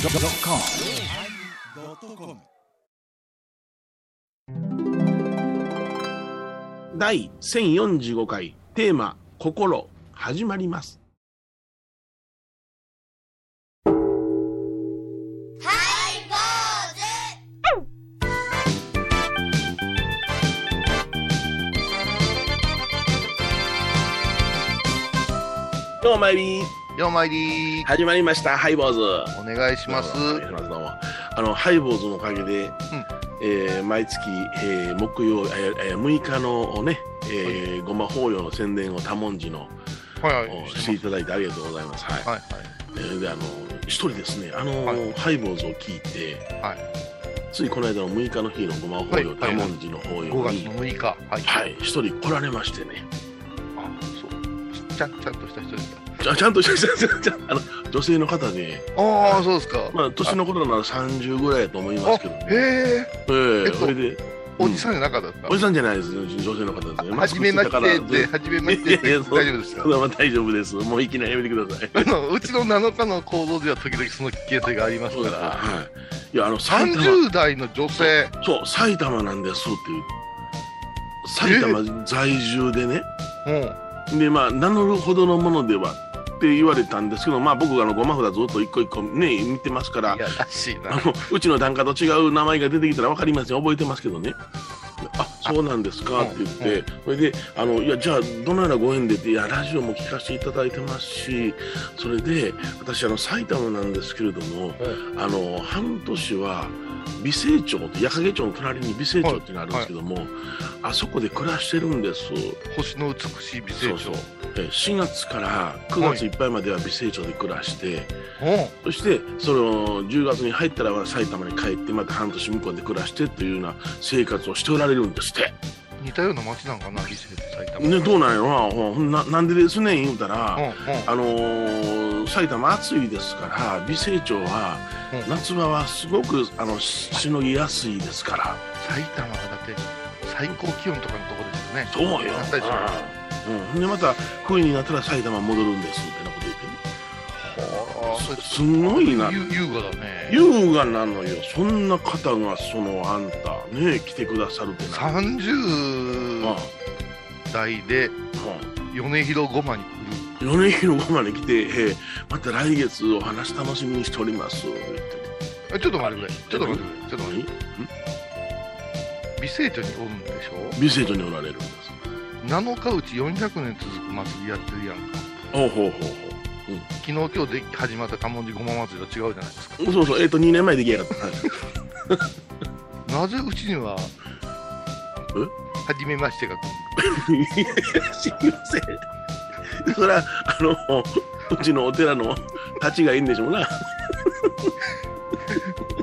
yosmir 第1045回テーマ「心」始まりますどうもまいりようまいりー、始まりましたハイボーズお願いします。どうもお願いしますどうもあのハイボーズのおかげで、えー毎月、えー木曜、えーえー6日のね、えーごま法要の宣伝を多文字のはいはをい。していただいてありがとうございます。はい。はいえーであの一人ですね、あのーはハイボーズを聞いて、はい。ついこの間の6日の日のごま法要、はいは多い文字の法5要月にの、6日。はい。はい、一人来られましてね、あ、そう。ちゃんちゃんとした人ですか。ちゃちゃんと した、ちゃんあの女性の方で、ああ、そうですか。まあ年のことなら30ぐらいだと思いますけど、へえ、えーえっとそれで、おじさんじゃなかった。おじさんじゃないです、女性の方ですね。マはスじクめまつけたしからてって、はじめましいてやっいやて、そう大丈夫ですかそ。れは大丈夫です。もういきなりやめてください。あのうちの7日の行動では時々その危険性がありますそうかだら、はい。いや、あの、埼玉、 30代の女性、そう、埼玉なんですっていう。埼玉在住でね。うん、で、まあ、名乗るほどのものではって言われたんですけど、まあ、僕があの、ごま札ずっと一個一個ね、見てますからい、やらしいなあ、の、うちの檀家と違う名前が出てきたら分かりますよ。覚えてますけどね。あ、そうなんですかって言って、それで、あの、いや、じゃあ、どのようなご縁でって、いや、ラジオも聞かせていただいてますし、それで、私、あの、埼玉なんですけれども、あの、半年は、美成町と矢掛町の隣に美成町っていうのがあるんですけども、あそこで暮らしてるんです。星の美しい美成長。そうえ4月から9月いっぱいまでは美成町で暮らして、うそしてその10月に入ったら埼玉に帰ってまた半年向こうで暮らしてっていうような生活をしておられるんですって、ん、似たような街なんかな、美成と埼玉。ね、どううなんやろなほんななんでですねん言うたら、んうん。あのー埼玉暑いですから美成町はうん夏場はすごくあのししのぎやすいですから埼玉がだって最高気温とかのとこですよね。そうよなったりしますうん、でまた冬になったら埼玉戻るんですみたいなこと言ってねはあそれすごいなゆ優雅だね。優雅なのよそんな方がそのあんたね来てくださるってな三十うんうん代で米広ごまに来る。米広ごまに来て、えーまた来月お話楽しみにしております。言ってえちょっと待ってくれ。ちょっと待ってくれ。ちょっと待っ何てくれ。美成町におるんでしょ美成町におられるんです。 7日うち400年続く祭りやってるやんかおうほうほう昨日今日で始まった多文字ごま祭りと違うじゃないですかほう。そうそう、えっ、と、2年前できやがった。 なぜうちにはえ初めましてが来るすいません。そら、あの、うちのお寺のたちがいいんでしょうな。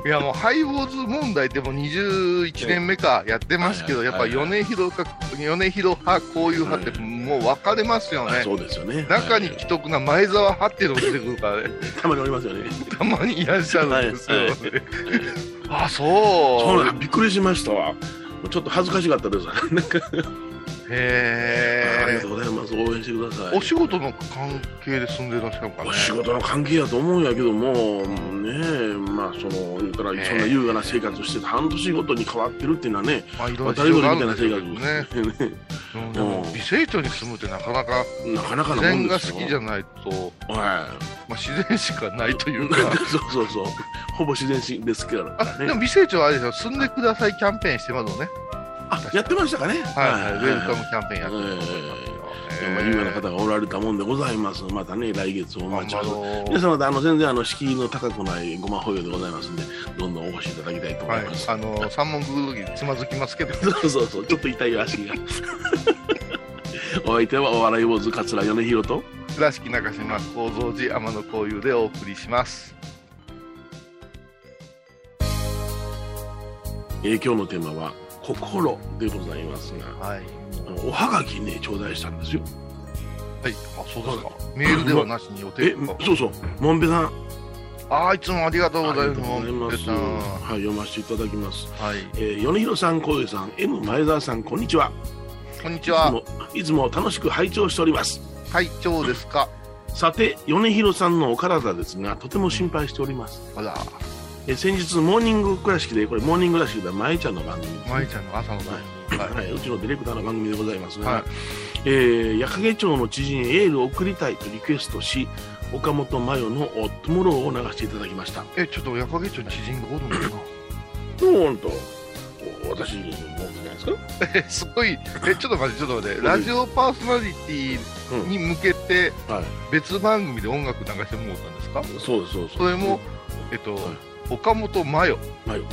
いやもうハイボーズ問題でも21年目かやってますけど、はいやっぱ米広か米広派、こういう派ってもう分かれますよあね。そうですよね。中にはい既得な前澤派っていうのが出てくるからね、 たまにおりますよね。たまにいらっしゃるんですよ、はいねはあ、そう。そうなんびっくりしましたわ。ちょっと恥ずかしかったです。なんか、 ありがへとうございます。応援してください。え。お仕事の関係で住んでらっしゃるのかね。お仕事の関係やと思うんやけども、ねえ、まあ、その、言うたら、ねえそんな優雅な生活をしてて、半年ごとに変わってるっていうのはね、まあ、いろまあ、いろ誰ぞ事情れがあみたいなんるで生活をしょうけどねね。うんでうもん美成町に住むってなかなかなかなか自なもん然がで好すよ。きじゃないと、はまあ、自然しかないとい。いうか。 そうそうそう。ほぼ自然史ですけどね。あ、でも美成町はあれですよ、住んでくださいキャンペーンしてますよね。あ、やってましたかね。はい、はい、ウェルカムいキャンペーンやってますよえーまあ、優雅な方がおられたもんでございます。またね、来月お頑待ち張を。ろう皆様、あの、全然、あの、敷居の高くないごま保養でございますんで、どんどんお越しいただきたいと思はいいます。あの三問くぐる時つまずきますけど、そうそうそう、ちょっと痛いよ足が。お相手はお笑い坊主桂米広と。倉敷中島構造寺天野幸雄でお送りします。えー今日のテーマは心でございますが、はい、あのおはがきね頂戴したんですよ。はい、あ、そうですか。メールではなしに予え定とか、。そうそう、もんべさん。あー、いつもありがとうございありがとうごます。ざいますはい、読ませていただきます。はい、えー、米広さん、浩平さん、M 前澤さん、こんにちは。こんにちは。いつもいつも楽しく拝聴しております。会長ですか。さて、米広さんのお体ですが、とても心配しております。あら、え先日、モーニング倉敷で、これ、モーニング倉敷では、まえちゃんの番組、舞ちゃんの朝の番組。ははい、うちのディレクターの番組でございますい。が、はい。えー、矢掛町の知人にエールを送りたいとリクエストし、岡本真代のおトゥモローを流していただきました。え、ちょっと矢掛町に知人がおるのかなどうんと、お私、持ってないですかえ、すごい。え、ちょっと待って、ちょっと待って。ラジオパーソナリティに向けて、はい、別番組で音楽流してもらったんですかそうです、そうです。それも、えっと、はい岡本真代。真代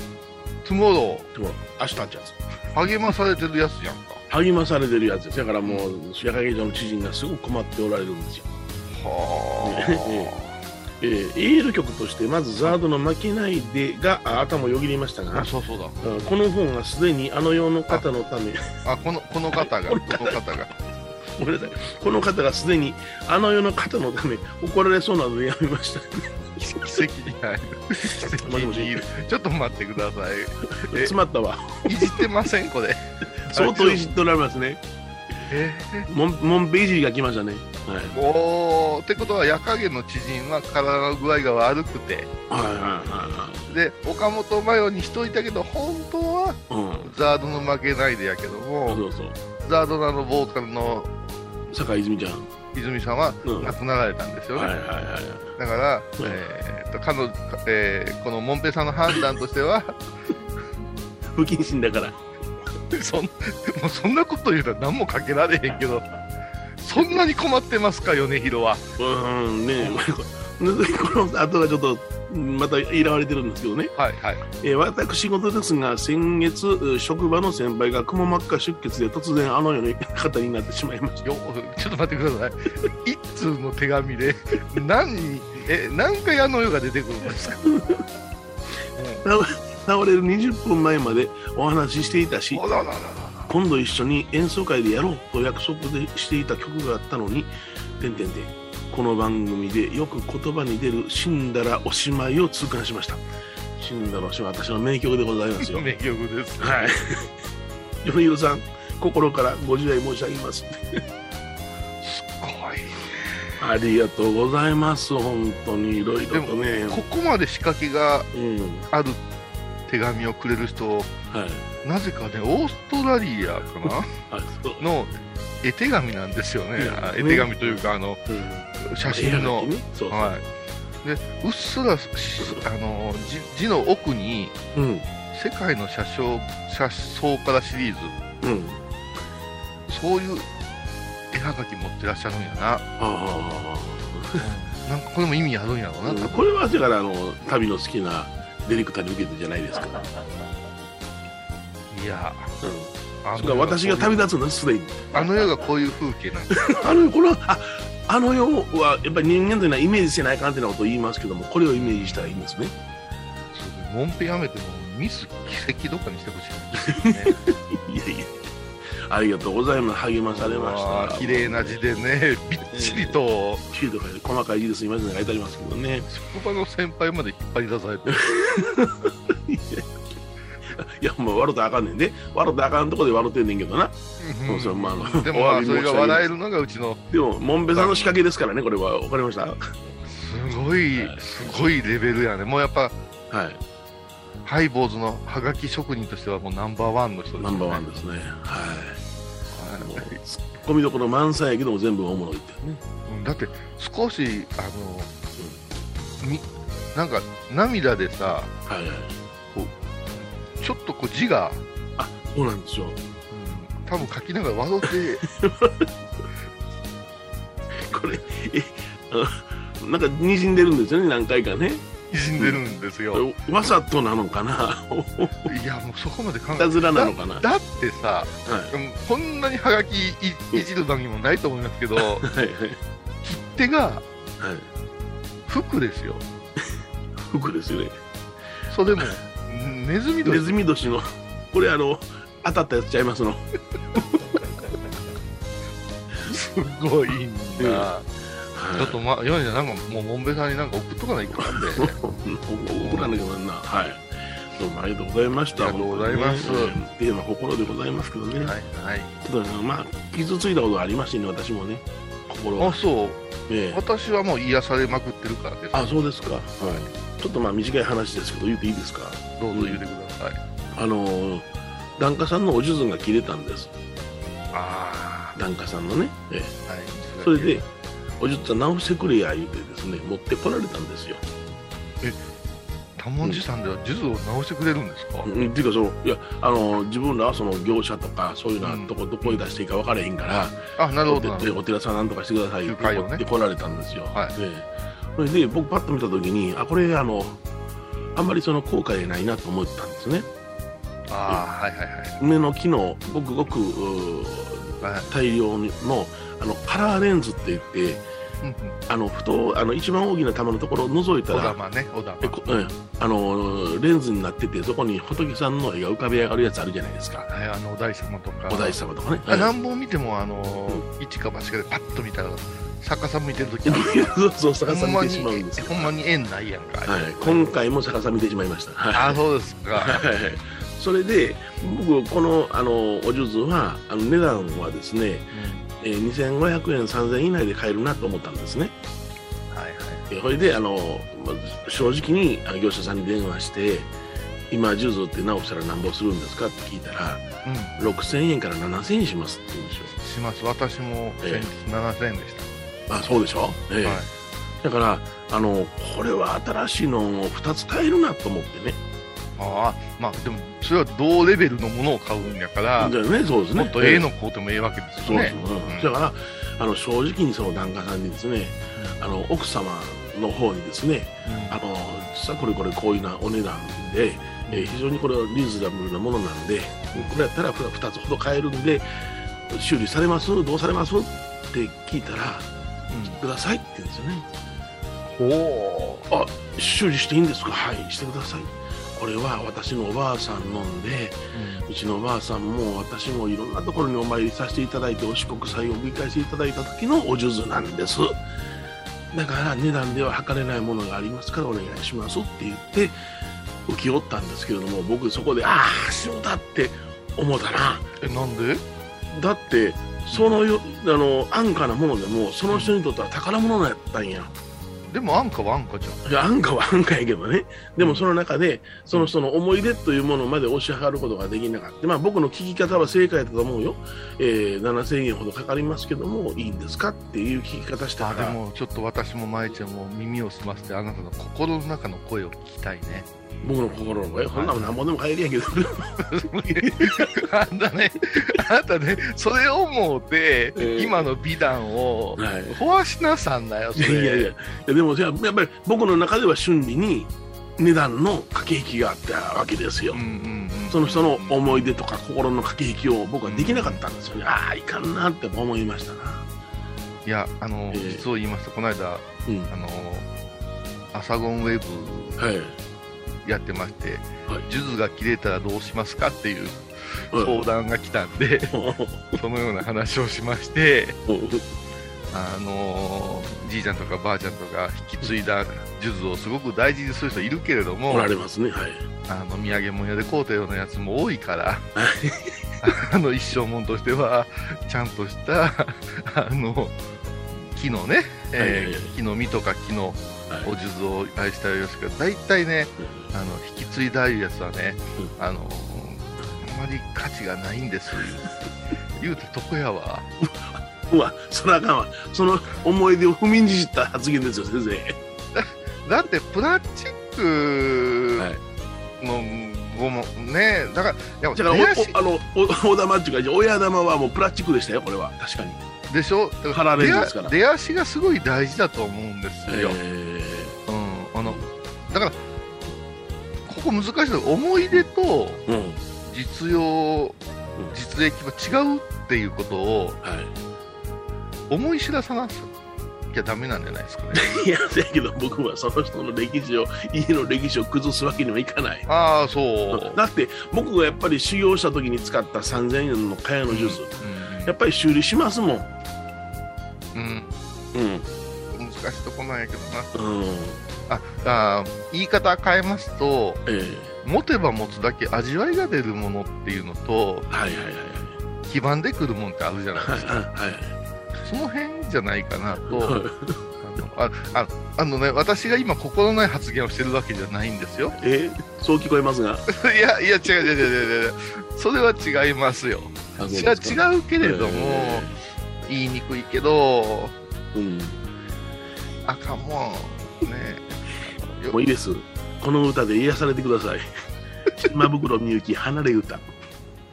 トゥモロでも明日ちゃんですー、励まされてるやつやんか。励まされてるやつですだからもう白影城の知人がすごく困っておられるんですよ、 はえーエール曲としてまずザードの「負けないで」があ頭をよぎりましたあ。があ、そうそうだ。うんこの本がすでにあの世の方のためあ、この、この方が、この方が。ごめんなさいこの方がすでにあの世の方のため怒られそうなのでやめました奇跡に入る。奇跡にいる。ちょっと待ってください。え詰まったわいじってません、これ。相当いじっておられますねえモンモンベイジーが来ましたねはいー、おー、ってことは、矢影の知人は体の具合が悪くて、はいはで、岡本真代にしといたけど、本当は、いはいはいうんザードの負けないでやけどそうも、そうそうザードナのボーカルの坂井泉ちゃん、泉さんはうん、は亡いくなられたんですよね。はいはいだから、うんえーっと彼女えーこのもんぺさんの判断とし ては、不謹慎だからそんもうそんなこと言うたら何もかけられへんけど、そんなに困ってますか、米広は。うんねえ、この後がちょっとまたいらわれてるんですけどね、はいはい。えー私事ですが先月う職場の先輩がくも膜下出血で突然あのような方になってしまいましよちょっと待ってくださ い。一通の手紙で何にえ何回あの世が出てくるん ですか。た倒倒れる20分前までお話ししていたしあらららら今度一緒に演奏会でやろうと約束でしていた曲があったのに「てんてんてん」この番組でよく言葉に出る「死んだらおしまい」を痛感しました死んだらおしまい私の名曲でございますよ 名曲です。はい。 米広さん、心からご自愛申し上げます。ありがとうございます。本当にいろいろとね。ここまで仕掛けがうん。ある手紙をくれる人、はい。なぜかねオーストラリアかなはい。そう の絵手紙なんですよね。あ絵手紙というかあのうん写真の。そう。はい。でうっすらしあの字字の奥にうん。世界の車掌車窓からシリーズうん。そういう絵はがき持ってらっしゃるんやな。あなんかこれも意味あるんやろうな。あ。多分これはだからあの旅の好きなディレクターに受けてじゃないですか。いや、うん。あそれから私が旅立つんですすでに。あの世がこういう風景なんです。あのこのああの世はやっぱり人間というのはイメージせないかんってなことを言いますけども、これをイメージしたらいいんですね。もんぺやめてもミス奇跡どっかにしてほしいですね。いやいや。ありがとうございます。励 まされまあした。ー綺麗な字でね、びっちりとシールとかで細かい字ですいませんね書いてありますけどね。職場の先輩まで引っ張り出されて、いや、もう笑うたらあかんねんで。笑うたらあかんとこで笑ってんねんけどな。 そうそうまああのでもまお詫あびそれ申し上げがます笑えるのがうちのでも、もんべさんの仕掛けですからね、これは。わかりましたはすごいすごいレベルやね。もうやっぱい。ハイボーズのハガキ職人としてはもうナンバーワンの人です、ね。ナンバーワンはですね。はい。もうい。ツッコミどころ満載やけども全部おもろいっていうね。うんだって少しあの、みなんか涙でさはいはい。ちょっとこう字が、あ、そうなんですよ。多分書きながら笑ってこれ、え、あのなんか滲んでるんですよね、何回かね。滲んでるんですよ、これわざとなのかないやもうそこまで考いえたずらなのか なはだってさ、いうんこんなにハガキいいじる番組もないと思いますけど はいはい。手がはい。服ですよ服ですよね。それもネズミネでズミ年の、これあの、当たったやつちゃいますの。すごいんだ、ちょっとはまヨネちゃんなんかもうもんべさんになんか送っとかないかんでい。怒らなきゃなんな。はい。どうもありがとうございました。ありがとうございます本当にねテーマ心でございますけどね。はいはいちょっとねまあ傷ついたことがありましてね、私もね。ところあは、そうええ私はもう癒されまくってるからですあそうですか、はい、ちょっとまあ短い話ですけど言っていいですかどうぞ言うてください、あのー檀家さんのお数珠が切れたんですあ檀家さんのね、ええあはいそれでおじゅっちゃん直してくれや言うてですね持ってこられたんですよ。多文字さんでは術を直してくれるんですか、うん、っていうかそのいやあの自分らはその業者とかそういうのはうんどこどこに出していいか分からへんから、あなるほどなおるほ寺お寺さんなんとかしてくださいっ仲て介を持ねってこられたんですよ。はいでそれで僕パッと見た時にあこれあのあんまりその後悔ないなと思ったんですね。どああはいはいはい目の機能ごくごくうーはい大量のあのカラーレンズって言ってうんうんあのふとあの一番大きな玉のところを覗いた小ら玉ね小玉えこうんあのレンズになっててそこに仏さんの絵が浮かび上がるやつあるじゃないですかはいあのお大師様とかお大師様とかね。あうん何本見てもあのー一か八かでパッと見たら作家さん見てるときそうそう逆ほさん見まてにしまうんですよほんまに縁ないやんか、はい、今回も逆さ見てしまいました。はいあそうですかはいそれで僕このあのお数珠はあの値段はですね、うんえー2500円3000円以内で買えるなと思ったんですね。はいはいえーそれであのまあ正直にあの業者さんに電話して「今ジューズって直したらなんぼするんですか?」って聞いたらう「ん6000円から7000円します」って言うんですよ。します私もえ先日7000円でしあそうでしょ、ええた、はいだからあのこれは新しいのを2つ買えるなと思ってね。ああまあでもそれは同レベルのものを買うんやからだよねそうですね。もっとええの買うてもええわけですそうよですねね。うんうんだからあの正直にその檀家さんにですねあの奥様の方にですねあの実はこれこれこういうなお値段で、えー非常にこれはリーズナブルなものなんでこれやったらふ2つほど買えるんで修理されますどうされますって聞いたらくださいって言うんですよねうんおー修理していいんですかはいしてくださいこれは私のおばあさん飲んでうちのおばあさんも私もいろんなところにお参りさせていただいてお四国祭を繰り返していただいた時のお数珠なんですだから値段では測れないものがありますからお願いしますって言って請け負ったんですけれども僕そこでああしもだって思ったなえなんでだってそのよあの安価なものでもその人にとっては宝物だったんやでも安価は安価じゃんいや安価は安価やけどねでもその中でその人の思い出というものまで押し量ることができなかった、まあ、僕の聞き方は正解だと思うよ、えー、7000円ほどかかりますけどもいいんですかっていう聞き方したあかでらもちょっと私も舞ちゃんも耳を澄ませてあなたの心の中の声を聞きたいね僕の心の声こんなもん何本でも買えるやんけどあんたねあなたねそれを思うて、ええ今の美談をはい壊しなさんなよ そいやれいやいやいやでもやっぱり僕の中では瞬時に値段の駆け引きがあったわけですよ、うんうんうんその人の思い出とか心の駆け引きを僕はできなかったんですよね、ああいかんなって思いましたな、いやあの、ええ実を言いますとこの間うんあのアサゴンウェブはい、やってまして、はい数珠が切れたらどうしますかっていう相談が来たんで、 そのような話をしまして、あのじいちゃんとかばあちゃんとか引き継いだ数珠をすごく大事にする人いるけれどおも、られますね、はい。あの土産物屋で買うたようなやつも多いから、あの一生もんとしては、ちゃんとした あの木のね、えーはいはい木の実とか木のはいお数珠を愛したよしか、大体ね、あの引き継いだいうやつはね、あのあまり価値がないんです言うてとこやわうわ、それはあかんわ。その思い出を踏みにじった発言ですよ、先生。だってプラスチッはいクのごもねだからやっだかぱら、出やしおおあの、お、大玉っていうか、親玉はもうプラスチックでしたよ、これは。確かに。でしょだカかラーらレン出ズやですから出足がすごい大事だと思うんですよ、えうん、あのだからここ難しいのが思い出とー、うん。実用実益は違うっていうことをは思い知らさなきゃダメなんじゃないですか ねい。いや、だけど、僕はその人の歴史を、家の歴史を崩すわけにはいかない。ああそう、だって、僕がやっぱり修行した時に使った3000円の蚊帳のジュース、やっぱり修理しますもん。うん、うん。難しいとこなんやけどなうん。ああー言い方変えますとえー、持てば持つだけ味わいが出るものっていうのとはいはいはい基盤でくるもんってあるじゃないはい。はいはい。その辺じゃないかなと。あああのね、私が今、心ない発言をしてるわけじゃないんですよ。 えそう聞こえますが。いや、いや、違う違う違う違う、それは違いますよ。違う違うけれども、言いにくいけど、うん、あかんもん、ね。もういいです。この歌で癒されてくださ い。島袋みゆき、離れ歌。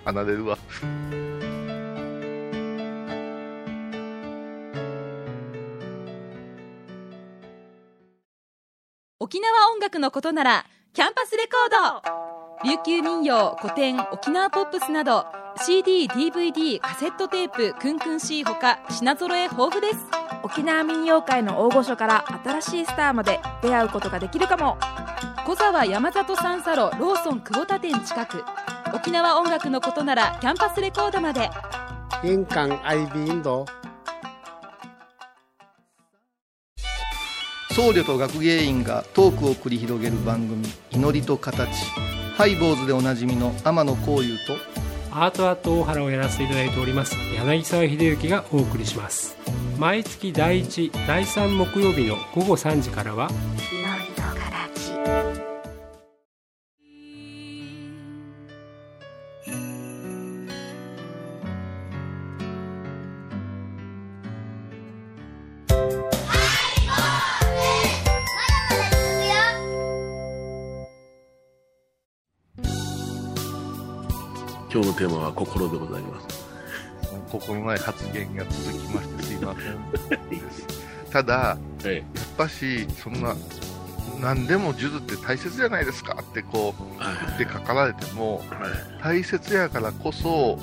離れるわ。沖縄音楽のことならキャンパスレコード琉球民謡古典沖縄ポップスなど CDDVD カセットテープクンクン C ほか品揃え豊富です沖縄民謡界の大御所から新しいスターまで出会うことができるかも小沢山里三佐路ローソン久保田店近く沖縄音楽のことならキャンパスレコードまで玄関アイビーンド僧侶と学芸員がトークを繰り広げる番組「祈りと形」ハイボーズでおなじみの天野幸雄とアートアート大原をやらせていただいております柳沢秀行がお送りします毎月第1第3木曜日の午後3時からは「祈りと形」今日のテーマは心でございます。心ない発言が続きましてすいま せん。ただ、ええ、やっぱしそんな何でも数珠って大切じゃないですかってこう、はい、言ってかかられても、はい、大切やからこそ、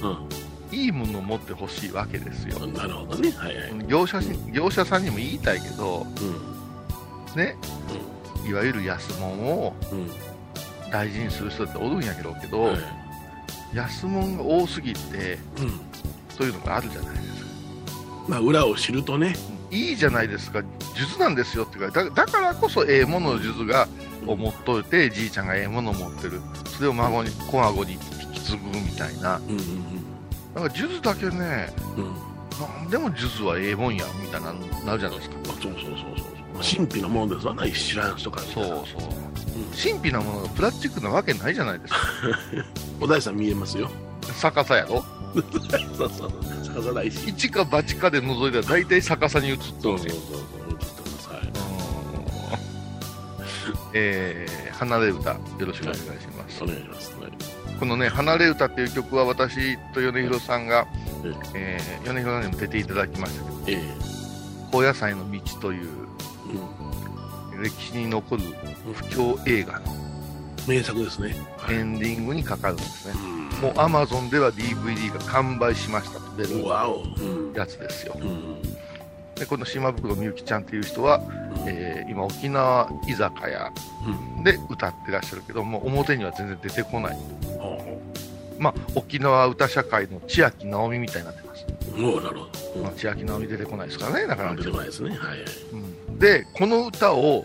うん、いいものを持ってほしいわけですよ。なるほどね。はいはい、業者業者さんにも言いたいけど、うん、ね、うん、いわゆる安物を大事にする人っておるんやけどけど。はい安物が多すぎて、うん、そういうのがあるじゃないですか、まあ、裏を知るとねいいじゃないですか術なんですよっていうかだだからこそええものを術が思っといて、うん、じいちゃんがええものを持ってるそれを孫に子孫に引き継ぐみたいな、うんうんうん、なんか術だけね、うん、なんでも術はええもんやみたいななるじゃないですか、まあ、そうそうそうそう神秘なものですわな、ね、知らん人からそうそう、うん、神秘なものがプラスチックなわけないじゃないですか お大さん見えますよ逆さやろ そうそう逆さないし一か八かで覗いたら大体逆さに映っとるそうそうそう映ってますはいえー、離れ歌よろしくお願いします、はい、お願いします、はい、このね「離れ歌」っていう曲は私と米広さんが、えー、えー、米広さんにも出ていただきましたけど、えー、高野菜の道といううん、歴史に残る不況映画の名作ですね、エンディングにかかるんですね、うん、もうアマゾンでは DVD が完売しましたと出るやつですよ、うん、でこの島袋みゆきちゃんっていう人は、えー、今沖縄居酒屋で歌ってらっしゃるけども表には全然出てこない、まあ、沖縄歌社会の千秋直美みたいになってますおなるほど、まあ、千秋直美出てこないですからねなかなか出てこないですねはい、はいでこの歌 を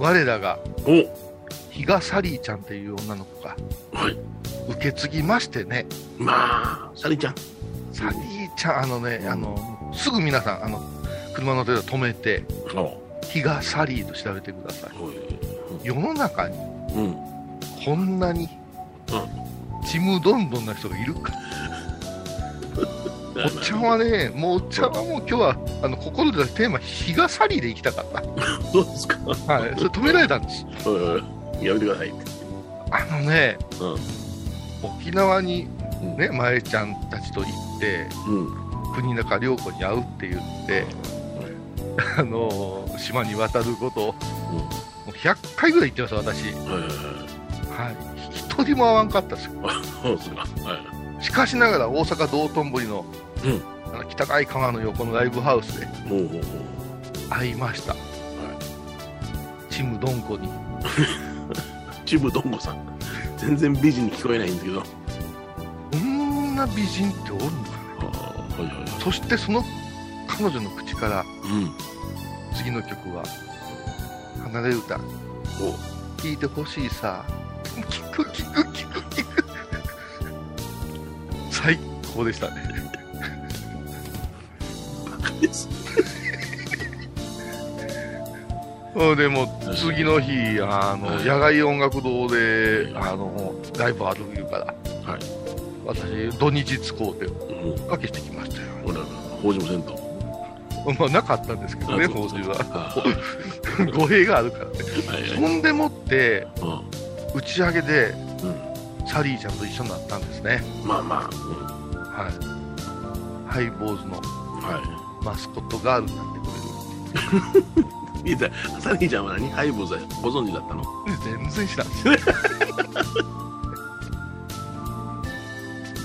我らが比嘉サリーちゃんっていう女の子が受け継ぎましてね、まあサリーちゃんサリーちゃんあのねあのすぐ皆さんあの車の手で止めて比嘉サリーと調べてください、世の中に、こんなに、ちむどんどんな人が いるかおっちゃんはね、もうおっちゃんはもう今日はあの心でテーマ、日がさりで行きたかった。そうですか、 はい、それ止められたんです。うん、やめてくださいあのね、うん、沖縄にね、まえちゃんたちと行って、うん、国中涼子に会うって言って、うん、あのー、島に渡ること、もう100回ぐらい行ってます、私。はい、一人も会わんかったですよ。そうですか、はいしかしながら大阪道頓堀の,、あの北海川の横のライブハウスで会いました、はい、チムドンコにチムドンコさん全然美人に聞こえないんだけどこんな美人っておるのかな、はいはい、そしてその彼女の口から、うん、次の曲は「離れ歌」を聴いてほしいさ聞く聞く聞く聞く最高でしたねですでも次の日あの、野外音楽堂であのライブあるいうから、はい、私土日使うてかけてきましたよ、うん、法事もせんとまあなかったんですけどね法事は語弊があるからね、はいはい、そんでもって、うん、打ち上げで、うん、サリーちゃんと一緒になったんですねまあまあ、はいハイボーズの、はい、マスコットガールになってくれるいや、サリーちゃんは何ハイボーズご存知だったの、全然知らん。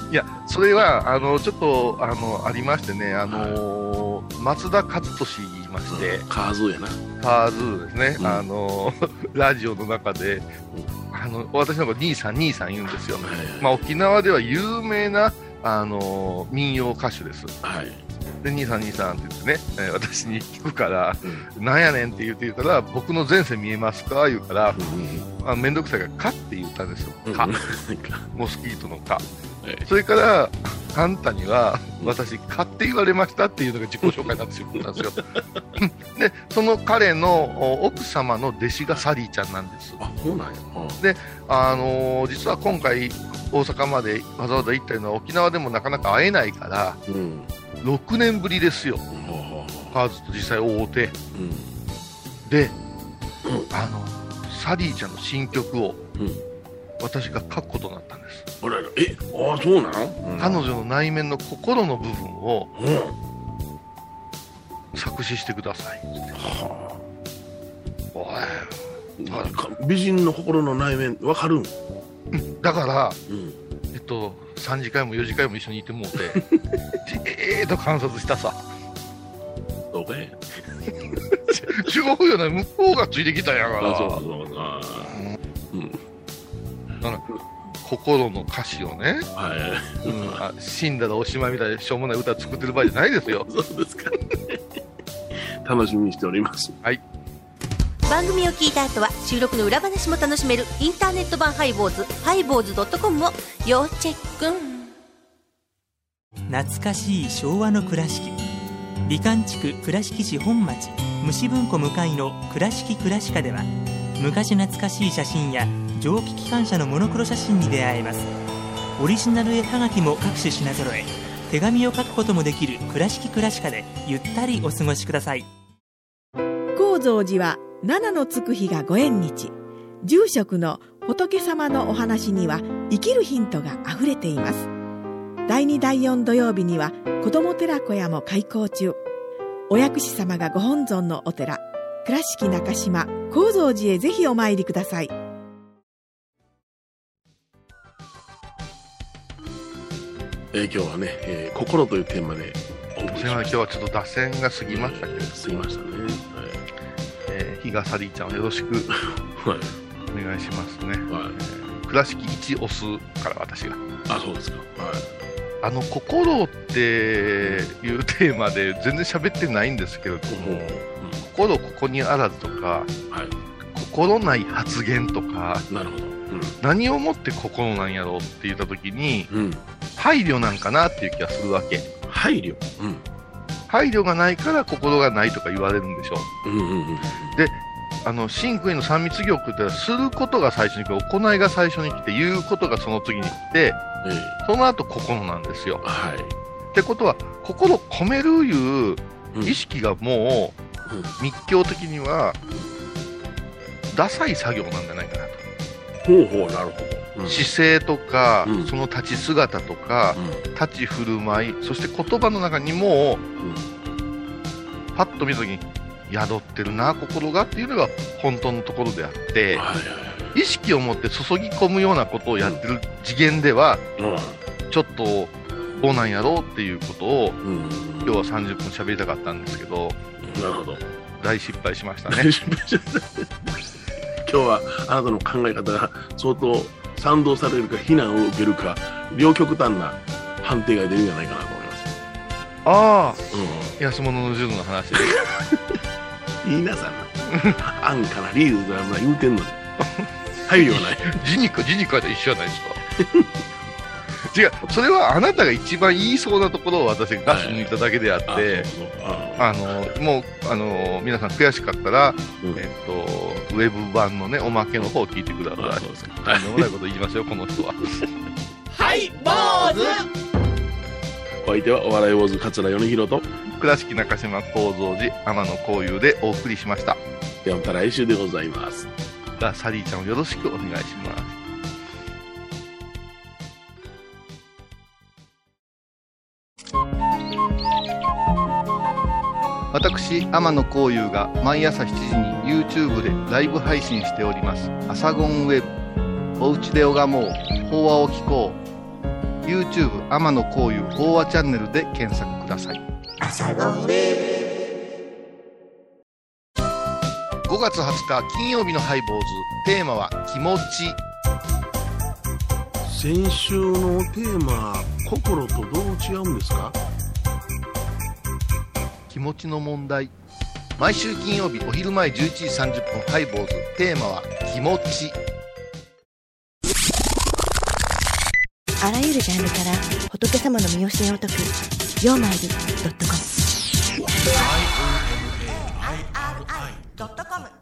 いや、それは、あの、ちょっと、あの、ありましてね、あの、はい、松田和俊言いまして、うんカーズーやな。カーズーですね、うん、あの、 ラジオの中で、あの、私の子、兄さん、兄さん言うんですよ。はいはい、まあ、沖縄では有名な、あの、民謡歌手です。はい。で、兄さん、兄さんって言ってね、えー、私に聞くから、うん、なんやねんって言って言ったら、僕の前世見えますか言うから、うん、あめんどくさいから、かって言ったんですよ。か。うん、モスキートのか。ええ、それから、あんたには、私、かって言われましたっていうのが自己紹介なんですよ。なんですよ で、その彼の奥様の弟子がサリーちゃんなんです。あ、そうなんや。で、あのー、実は今回、大阪までわざわざ行ったのは沖縄でもなかなか会えないから、うん6年ぶりですよ、カーズと実際会うて、ん、で、うん、あのサリーちゃんの新曲を、うん、私が書くことになったんですあららえああそうなの、うん、彼女の内面の心の部分を、作詞してくださいって、はあ、おい美人の心の内面わかるんだから、えっと3次会も4次会も一緒にいても うてじーっと観察したさどうね違うよね向こうがついてきたんやからそうそうそううん、うん、だから心の歌詞をね、はいうん、あ死んだらおしまいみたいなしょうもない歌作ってる場合じゃないですよそうですか、ね、楽しみにしておりますはい番組を聞いた後は収録の裏話も楽しめるインターネット版ハイボーズハイボーズ .com を要チェック懐かしい昭和の倉敷美観地区倉敷市本町虫文庫向かいの「倉敷倉歯科」では昔懐かしい写真や蒸気機関車のモノクロ写真に出会えますオリジナル絵はがきも各種品揃え手紙を書くこともできる「倉敷倉歯科」でゆったりお過ごしください高蔵寺は七のつく日がご縁日住職の仏様のお話には生きるヒントがあふれています第2第4土曜日には子ども寺小屋も開校中お薬師様がご本尊のお寺倉敷中島・高蔵寺へぜひお参りくださいえー、今日はね、えー、心というテーマで今日はちょっと打線が過ぎましたけど、過ぎましたね、はいえー、日賀サリーちゃんをよろしくはい、お願いしますね、はいえー、倉敷一オスから私があそうですか、はい、あの「心」っていうテーマで全然喋ってないんですけれども「うん、心ここにあらず」とか、はい、心ない発言」とかなるほど、うん、何をもって心なんやろうって言った時に、うん、配慮なんかなっていう気がするわけ配慮、うん配慮がないから心がないとか言われるんでしょう。うんうんうん、であの真空への三密業ってはすることが最初に来て行いが最初に来て言うことがその次に来て、うん、その後心なんですよ。はい、ってことは心込めるいう意識がもう、うんうん、密教的にはダサい作業なんじゃないかなと。ほうほうなるほど。姿勢とか、うん、その立ち姿とか、うん、立ち振る舞いそして言葉の中にも、うん、パッと見た時に宿ってるな心がっていうのが本当のところであって、はいはいはい、意識を持って注ぎ込むようなことをやってる次元では、ちょっとどうなんやろうっていうことを、今日は30分喋りたかったんですけどなるほ ど大失敗しましたね今日はあなたの考え方が相当賛同されるか非難を受けるか両極端な判定が出るんじゃないかなと思いますああ、うん、安物の柔道の話言いなさなあんからリーズだな言うてんのにはいよないジニカジニカで一緒じゃないですか 違う、それはあなたが一番言いそうなところを私が出し抜いただけであって、あの、もう、あの、皆さん悔しかったら、えっと、ウェブ版のね、おまけの方を聞いてください。とんでもないこと言いますよ、この人は。はい、坊お相手はお笑い坊主桂米広と倉敷中島幸三寺天野幸雄でお送りしましたではまた来週でございますではサリーちゃんをよろしくお願いします私天野幸雄が毎朝7時に YouTube でライブ配信しております「アサゴンウェブ」「おうちで拝もう法話を聞こう」YouTube 天野幸雄法話チャンネルで検索ください5月20日金曜日のハイボーズテーマは気持ち先週のテーマ「心とどう違うんですか?」気持ちの問題毎週金曜日お昼前11時30分ハイボーズテーマは「気持ち」あらゆるジャンルから仏様の身教えを解く「曜マイル .com」「IOMAIRI.com」